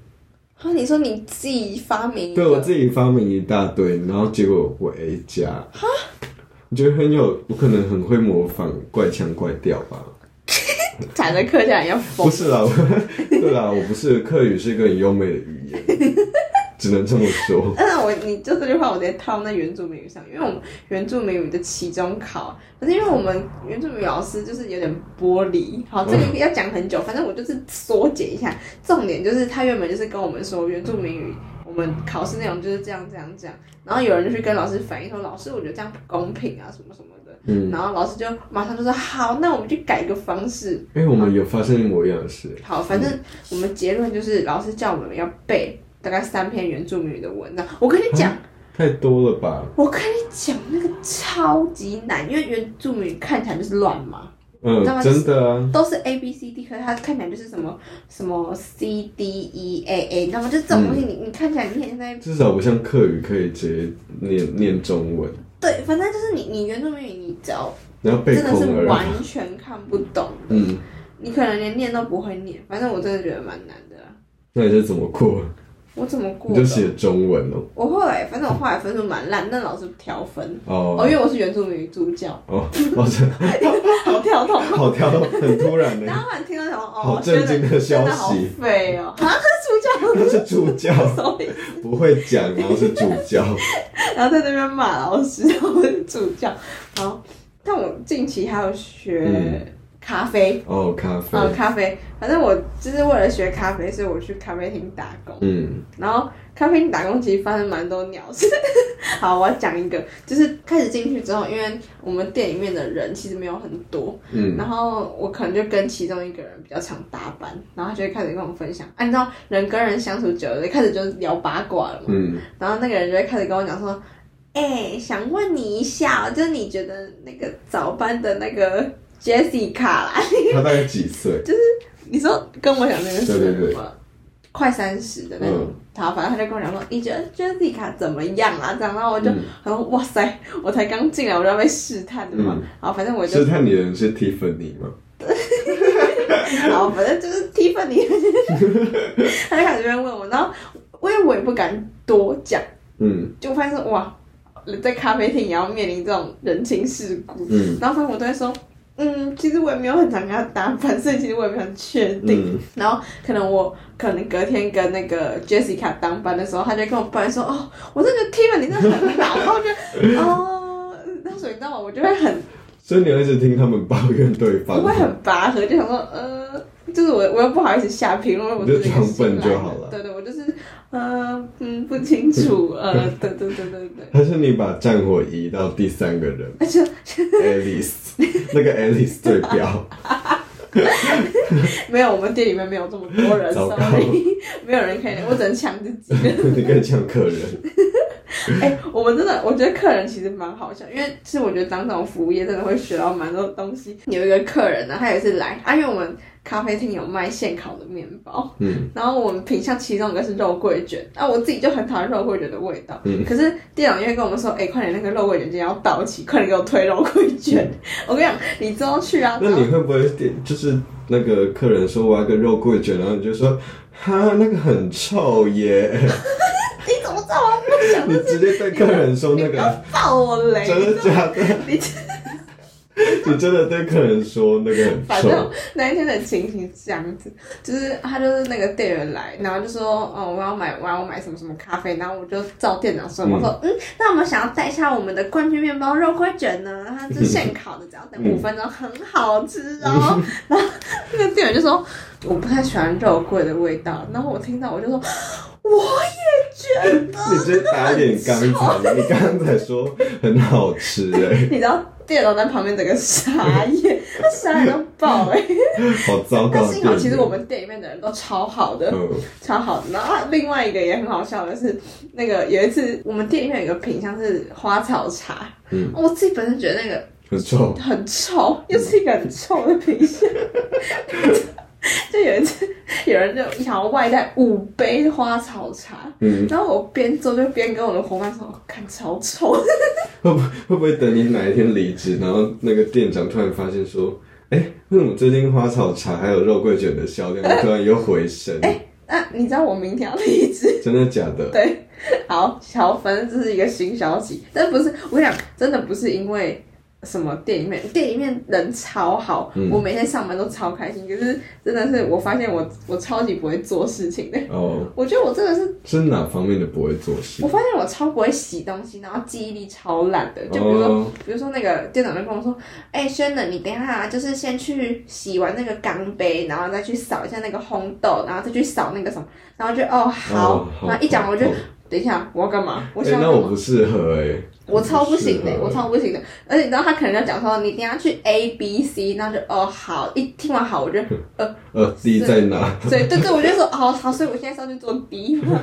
B: 啊，你说你自己发明一
A: 对我
B: 个，
A: 自己发明一大堆，然后结果我 A 加，我觉得很有，我可能很会模仿怪腔怪调吧。
B: 产的客家人要疯
A: 不。是啦，我
B: [LAUGHS]
A: 对啦，我不是客语是一个很优美的语言，只能这么说。
B: 嗯， [LAUGHS] 我你就这句话我直接套那原住民语上，因为我们原住民语的期中考，可是因为我们原住民语老师就是有点玻璃，好，这个要讲很久，反正我就是缩减一下，重点就是他原本就是跟我们说原住民语。我们考试内容就是这样这样这样，然后有人就去跟老师反映说，老师我觉得这样不公平啊什么什么的，
A: 嗯，
B: 然后老师就马上就说好，那我们去改一个方式，
A: 因哎为我们有发生一模一样的事，
B: 好，反正我们结论就是老师叫我们要背大概三篇原住民语的文章，我跟你讲。
A: 太多了吧？
B: 我跟你讲，那个超级难，因为原住民看起来就是乱码，
A: 嗯
B: 你知道，吗
A: 真的啊，
B: 都是 A B C D，可是它看起来就是什么什么 C D E A A，你知道吗？就是这种东
A: 嗯
B: 西你，你看起来你也在
A: 至少不像客语可以直接念念中文，
B: 对，反正就是你你原住民语，你只要
A: 然后背
B: 真的
A: 空
B: 是
A: 而已。
B: 完全看不懂，
A: 嗯，
B: 你可能连念都不会念。反正我真的觉得蛮难的啦。
A: 那你是怎么过？
B: 我怎么过
A: 你就
B: 的？
A: 写中文哦。
B: 我后来反正我后来分数蛮烂，但老师调分。哦，
A: 哦
B: 因为我是原住民语助教，
A: 哦，老师，
B: 好跳动。
A: 好跳，很突然呢
B: 然。后突然听到什么哦，
A: 哎好震惊的消息
B: 真的好废哦， [LAUGHS] 啊，这 [LAUGHS]
A: 他是助教，
B: 助教，sorry，
A: 不会讲，然后是助教。
B: 然后在那边骂老师，然后是助教，然后但我近期还有学
A: 嗯
B: 咖啡，
A: 哦，咖啡
B: [LAUGHS] 啊、。咖啡，反正我就是为了学咖啡，所以我去咖啡厅打工，
A: 嗯
B: 然后咖啡厅打工其实发生蛮多鸟事。 [LAUGHS] 好，我要讲一个，就是开始进去之后，因为我们店里面的人其实没有很多，
A: 嗯，
B: 然后我可能就跟其中一个人比较常搭班，然后他就会开始跟我分享，啊，你知道人跟人相处久了，开始就聊八卦了嘛。 [LAUGHS]
A: 嗯，
B: 然后那个人就会开始跟我讲说，哎、想问你一下哦，就是你觉得那个早班的那个 Jessica 啦， [LAUGHS]
A: 他大概几岁？
B: 你说跟我讲那个
A: 对
B: 是
A: 对对嗯
B: 什么？快三十的那种，好，反正他就跟我讲说，你觉得 Jessica 怎么样啊？这样，然后我就，
A: 嗯
B: 然后哇塞，我才刚进来，我就要被试探的嘛。
A: 嗯
B: 好，反正我就
A: 试探你的人是 Tiffany 吗？
B: [LAUGHS] 好，反正就是 Tiffany，他就开始在那边问我，然后我因为我也不敢多讲，
A: 嗯
B: 就发现说哇，在咖啡厅也要面临这种人情世故，
A: 嗯
B: 然后反正我都会说。嗯，其实我也没有很常跟他搭反所以其实我也没有很确定。
A: 嗯
B: 然后可能我可能隔天跟那个 Jessica 当班的时候，他就跟我抱怨说：“哦，我真的觉得 Tiffany 真的很老。”然后我就哦，那所以你知道吗？我就会很
A: 所以你要一直听他们抱怨对方
B: 不。会很拔河，就想说，呃，就是我我又不好意思下评论，我
A: 你就
B: 自己
A: 装笨
B: 新来
A: 就
B: 的
A: 好了
B: 对对，我就是呃嗯不清楚呃，对对对对对。 [LAUGHS]
A: 还是你把战火移到第三个人
B: 而且
A: Alice，那个 Alice 对标，
B: 没有，我们店里面没有这么多人，
A: 糟糕
B: 所以 [LAUGHS] 没有人可以，我只能抢自己。
A: [LAUGHS] 你更像客人。
B: [LAUGHS] 哎、我们真的，我觉得客人其实蛮好笑，因为其实我觉得当这种服务业真的会学到蛮多东西。有一个客人呢，他也是来，啊，因为我们咖啡厅有卖现烤的面包，
A: 嗯，
B: 然后我们品相其中一个是肉桂卷，啊，我自己就很讨厌肉桂卷的味道。
A: 嗯
B: 可是店长因为跟我们说，哎、快点那个肉桂卷今天要到期，快点给我推肉桂卷。 [LAUGHS] 我跟你讲，你之后去啊，
A: 嗯那你会不会点就是那个客人说我要个肉桂卷，然后你就说哈那个很臭耶，
B: [LAUGHS] 你怎么知道我不想？
A: 你直接对客人说那
B: [LAUGHS] 你不要
A: 个
B: 爆我雷！
A: 真的假的？
B: 你
A: 你真的对客人说那个很
B: [LAUGHS] 反正
A: 臭？
B: 那一天的情形是这样子，就是他就是那个店员来，然后就说，哦，我要买，我要买什么什么咖啡，然后我就照店长说，
A: 嗯
B: 我说，嗯，那我们想要带一下我们的冠军面包肉桂卷呢，它是现烤的，只要等
A: 嗯
B: 五分钟，很好吃哦。然后那个店员就说，我不太喜欢肉桂的味道，然后我听到我就说，我也觉得，
A: 你直接打脸刚才，你刚才说很好吃哎，
B: 你知道。店长在旁边整个傻眼，他傻眼到爆哎、欸！
A: 好糟
B: 但
A: 糕的
B: 幸
A: 店
B: 好
A: 员。
B: 其 [LAUGHS] 实我们店里面的人都超好的，
A: 嗯
B: 超好的。然后另外一个也很好笑的是，那个有一次我们店里面有一个品相是花草茶，
A: 嗯
B: 我自己本身觉得那个
A: 很臭。
B: 很臭，又是一个很臭的品
A: [LAUGHS]
B: 相。就有一次，有人就想要外带五杯花草茶，
A: 嗯，
B: 然后我边做就边跟我的伙伴说：“哦看超臭。” [LAUGHS]
A: 会不会会不会等你哪一天离职，然后那个店长突然发现说，哎、为什么最近花草茶还有肉桂卷的销量突然又回升？
B: 那你知道我明天要离职
A: 真的假的？
B: 对，好，好，反正这是一个新消息，但不是我跟你讲，真的不是因为什么店里面，店里面人超好，
A: 嗯
B: 我每天上班都超开心。可是真的是我发现我我超级不会做事情的，
A: 哦，
B: 我觉得我真的是，
A: 是哪方面的不会做事
B: 我？发现我超不会洗东西，然后记忆力超烂的。就比如说，
A: 哦，
B: 比如说那个店长就跟我说，哎、轩冷，你等一下啊就是先去洗完那个钢杯，然后再去扫一下那个烘豆，然后再去扫那个什么，然后就哦好，
A: 哦好
B: 然后一讲我就
A: 好。
B: 等一下，我要干嘛？我
A: 哎、
B: 想要
A: 那
B: 干嘛？
A: 我不适合哎、
B: 我超不行的
A: 适，合
B: 我超不行的。而且你知道他可能要讲说，你等一下去 A B C，那就哦好，一听完好，
A: [LAUGHS]
B: 我就
A: 呃，D 在哪？
B: 所以对对，我就说哦好，所以我现在是要去做
A: [LAUGHS]
B: B [LAUGHS] 嘛。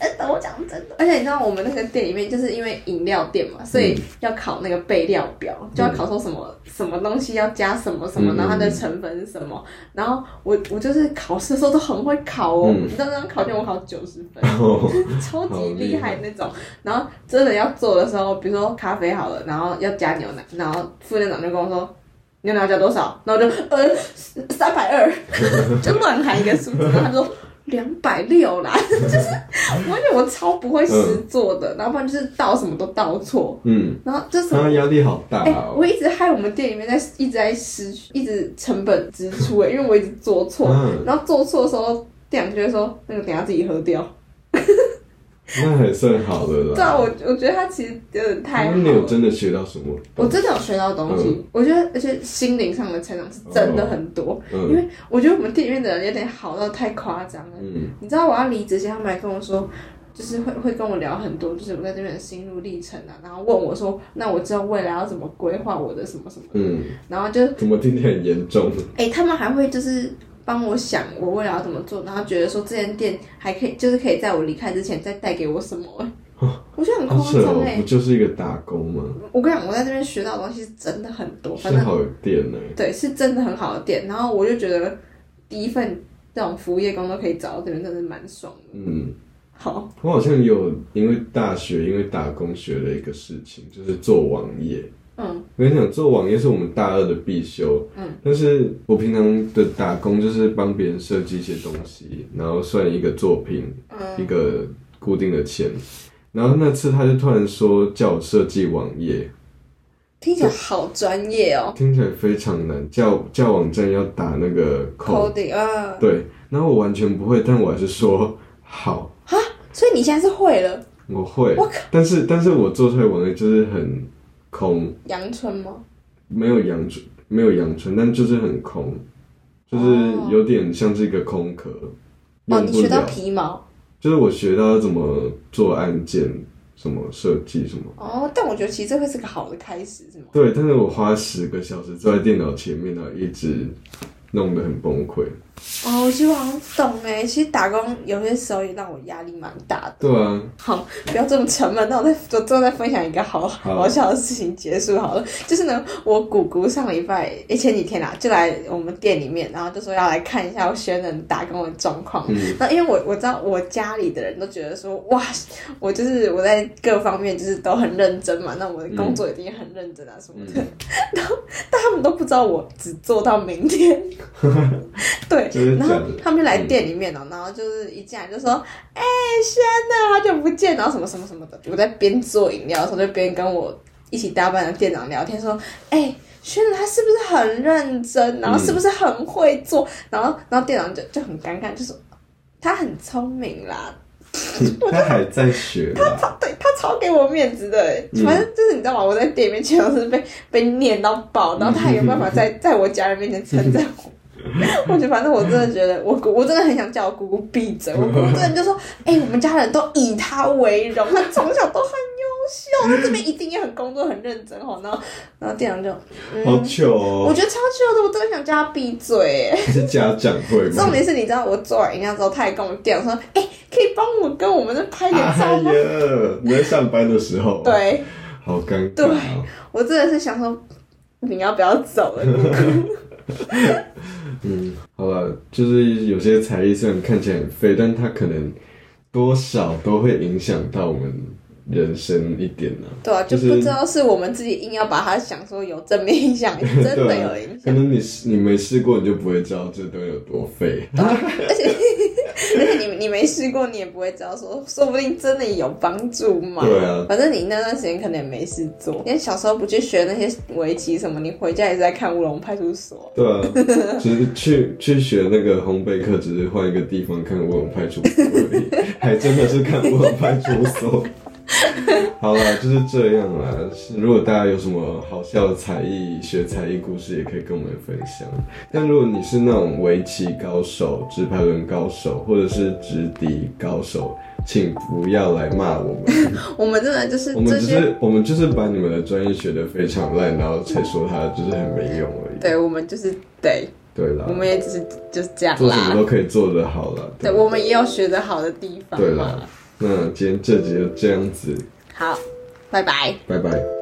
B: 真的，我讲真的。而且你知道我们那个店里面，就是因为饮料店嘛，所
A: 嗯
B: 以要考那个备料表，就要考说什么什么东西要加什么什么，
A: 嗯
B: 然后它的成分是什么。然后我我就是考试的时候都很会考哦，
A: 嗯
B: 你知道那张考卷我考九十分。
A: 哦，
B: [LAUGHS] 超级厉害那种。然后真的要做的时候，比如说咖啡好了，然后要加牛奶，然后副店长就跟我说。牛奶要加多少？然后我就呃三百二， [LAUGHS] 就乱喊一个数字，然后他就说两百六啦， [LAUGHS] 就是我觉得我超不会实做的，然后不然就是倒什么都倒错，
A: 嗯，
B: 然后就什么
A: 他压力好大
B: 哎、
A: 哦。
B: 我一直害我们店里面在一直在失去，一直成本支出哎、因为我一直做错，
A: 嗯
B: 然后做错的时候店长就会说那个等一下自己喝掉，
A: 那还算好的啦。
B: 对啊，我我觉得他其实有点太
A: 那
B: 好
A: 你有嗯
B: 了。
A: 真的学到什么？
B: 我真的有学到东西，我觉得而且心灵上的成长是真的很多，因
A: 嗯
B: 为我觉得我们店里面的人有点好到太夸张了。
A: 嗯，
B: 你知道我要离职前，他们还跟我说，就是会会跟我聊很多，就是我在这边的心路历程啊，然后问我说，那我知道未来要怎么规划我的什么什么，
A: 嗯，
B: 然后就
A: 怎么听起来很严重？
B: 哎、他们还会就是帮我想我未来要怎么做，然后觉得说这间店还可以，就是可以在我离开之前再带给我什么、我觉得很夸
A: 哦好扯
B: 张
A: 哦
B: 哎，
A: 不。就是一个打工吗？
B: 我跟你讲，我在这边学到的东西是真的很多，反
A: 是
B: 正
A: 好店呢、
B: 对是真的很好的店。然后我就觉得第一份这种服务业工作可以找到这边，真的蛮爽的。
A: 嗯，
B: 好，
A: 我好像有因为大学因为打工学了一个事情，就是做网页。
B: 嗯
A: 我跟你讲，做网页是我们大二的必修。
B: 嗯，
A: 但是我平常的打工就是帮别人设计一些东西，然后算一个作品，一
B: 嗯
A: 个固定的钱。然后那次他就突然说叫我设计网页，
B: 听起来好专业哦
A: 听起来非常难，叫叫网站要打那个 code，
B: ，coding 啊，
A: 对，然后我完全不会，但我还是说好，
B: 所以你现在是会了
A: 我会
B: 我靠，
A: 但是但是我做出来的网页就是很空，
B: 阳春吗？
A: 没有阳春，没有阳春，但就是很空。就是有点像是一个空壳。
B: 哦，
A: 用
B: 你
A: 不
B: 学到
A: 了
B: 皮毛
A: 就是我学到怎么做按键，什么设计什么。
B: 哦，但我觉得其实这会是个好的开始，是吗？
A: 对，但是我花十个小时坐在电脑前面，然后一直弄得很崩溃。
B: 哦，我其实我好像懂哎，其实打工有些时候也让我压力蛮大的。
A: 对啊，
B: 好， [LAUGHS] 不要这么沉闷。那我再最最后再分享一个好
A: 好
B: 好笑的事情结束好了。就是呢，我姑姑上礼拜诶前几天啦、就来我们店里面，然后就说要来看一下我学人打工的状况。
A: 嗯，
B: 那因为我我知道我家里的人都觉得说，哇，我就是我在各方面就是都很认真嘛，那我的工作一定很认真啊什么的，
A: 嗯
B: 但他们都不知道我只做到明天。对
A: 真，的
B: 然
A: 假的
B: 后他们就来店里面了、然后就是一进来就说，哎、轩呐、好久不见，然后什么什么什么的。我在边做饮料的时候，就边跟我一起搭班的店长聊天，说，哎、轩他是不是很认真？然后是不是很会做？然后，然后店长就就很尴尬，就说他很聪明啦，
A: [LAUGHS] 他还在学啦。
B: 超对他超给我面子的欸，
A: 嗯
B: 反正就是你知道吗？我在店里面全都是被被念到爆，然后他也有办法在 [LAUGHS] 在我家人面前称赞我。 [LAUGHS] 我觉得反正我真的觉得我姑我真的很想叫我姑姑闭嘴，我姑姑真的就说，哎、我们家人都以他为荣，他从小都很优秀，他这边一定也很工作很认真哦。然后然后店长就，
A: 好
B: 嗯，
A: 糗
B: 我
A: 哦！
B: 觉得超 chill 的，我真的想叫他闭嘴欸。
A: 是家长会吗
B: 重？点是你知道我做完饮料之后，他也跟我店长说，哎、可以帮我跟我们那拍点
A: [LAUGHS] 哎
B: 照吗？
A: 呀，你在上班的时 [LAUGHS] 候，，
B: 对。
A: 好尴尬、
B: 对
A: 哦。
B: 我真的是想说，你要不要
A: [LAUGHS]
B: 走了？
A: 嗯，好了，就是有些才艺虽然看起来很废，但它可能多少都会影响到我们人生一点 [LAUGHS] 呢、
B: 对啊，就
A: 就是
B: 不知道是我们自己硬要把它想说有正面
A: [LAUGHS]
B: 影响，
A: 啊
B: 真的有影
A: 可
B: 响。
A: 能你试你没试过，你就不会知道这都有多废。
B: 而且你你没试过，你也不会知道说，说不定真的有帮助嘛。
A: 对啊
B: 反正你那段时间可能也没事做，因为小时候不去学那些围棋什么，你回家也是在看《乌龙派出所
A: [LAUGHS] 对啊，只是去去学那个烘焙课，只是换一个地方看乌龙派出所而已，还真的是看乌龙派出所。好啦，就是这样啦。是如果大家有什么好笑的才艺、学才艺故事，也可以跟我们分享。但如果你是那种围棋高手、直排轮高手，或者是直笛高手，请不要来骂我们。》。
B: 我们真的就是
A: 我们
B: 这
A: 只
B: 些，
A: 是我们就是把你们的专业学得非常烂，然后才说它就是很没用而已。
B: 对我们就是对，
A: 对啦，
B: 我们也只是就是这
A: [LAUGHS]
B: 样
A: 做什么
B: 啦。
A: 都可以做得好了。
B: 对，我们也有学得好的地方。
A: 对啦，那今天这集就这样子，
B: 好，拜拜。
A: 拜拜。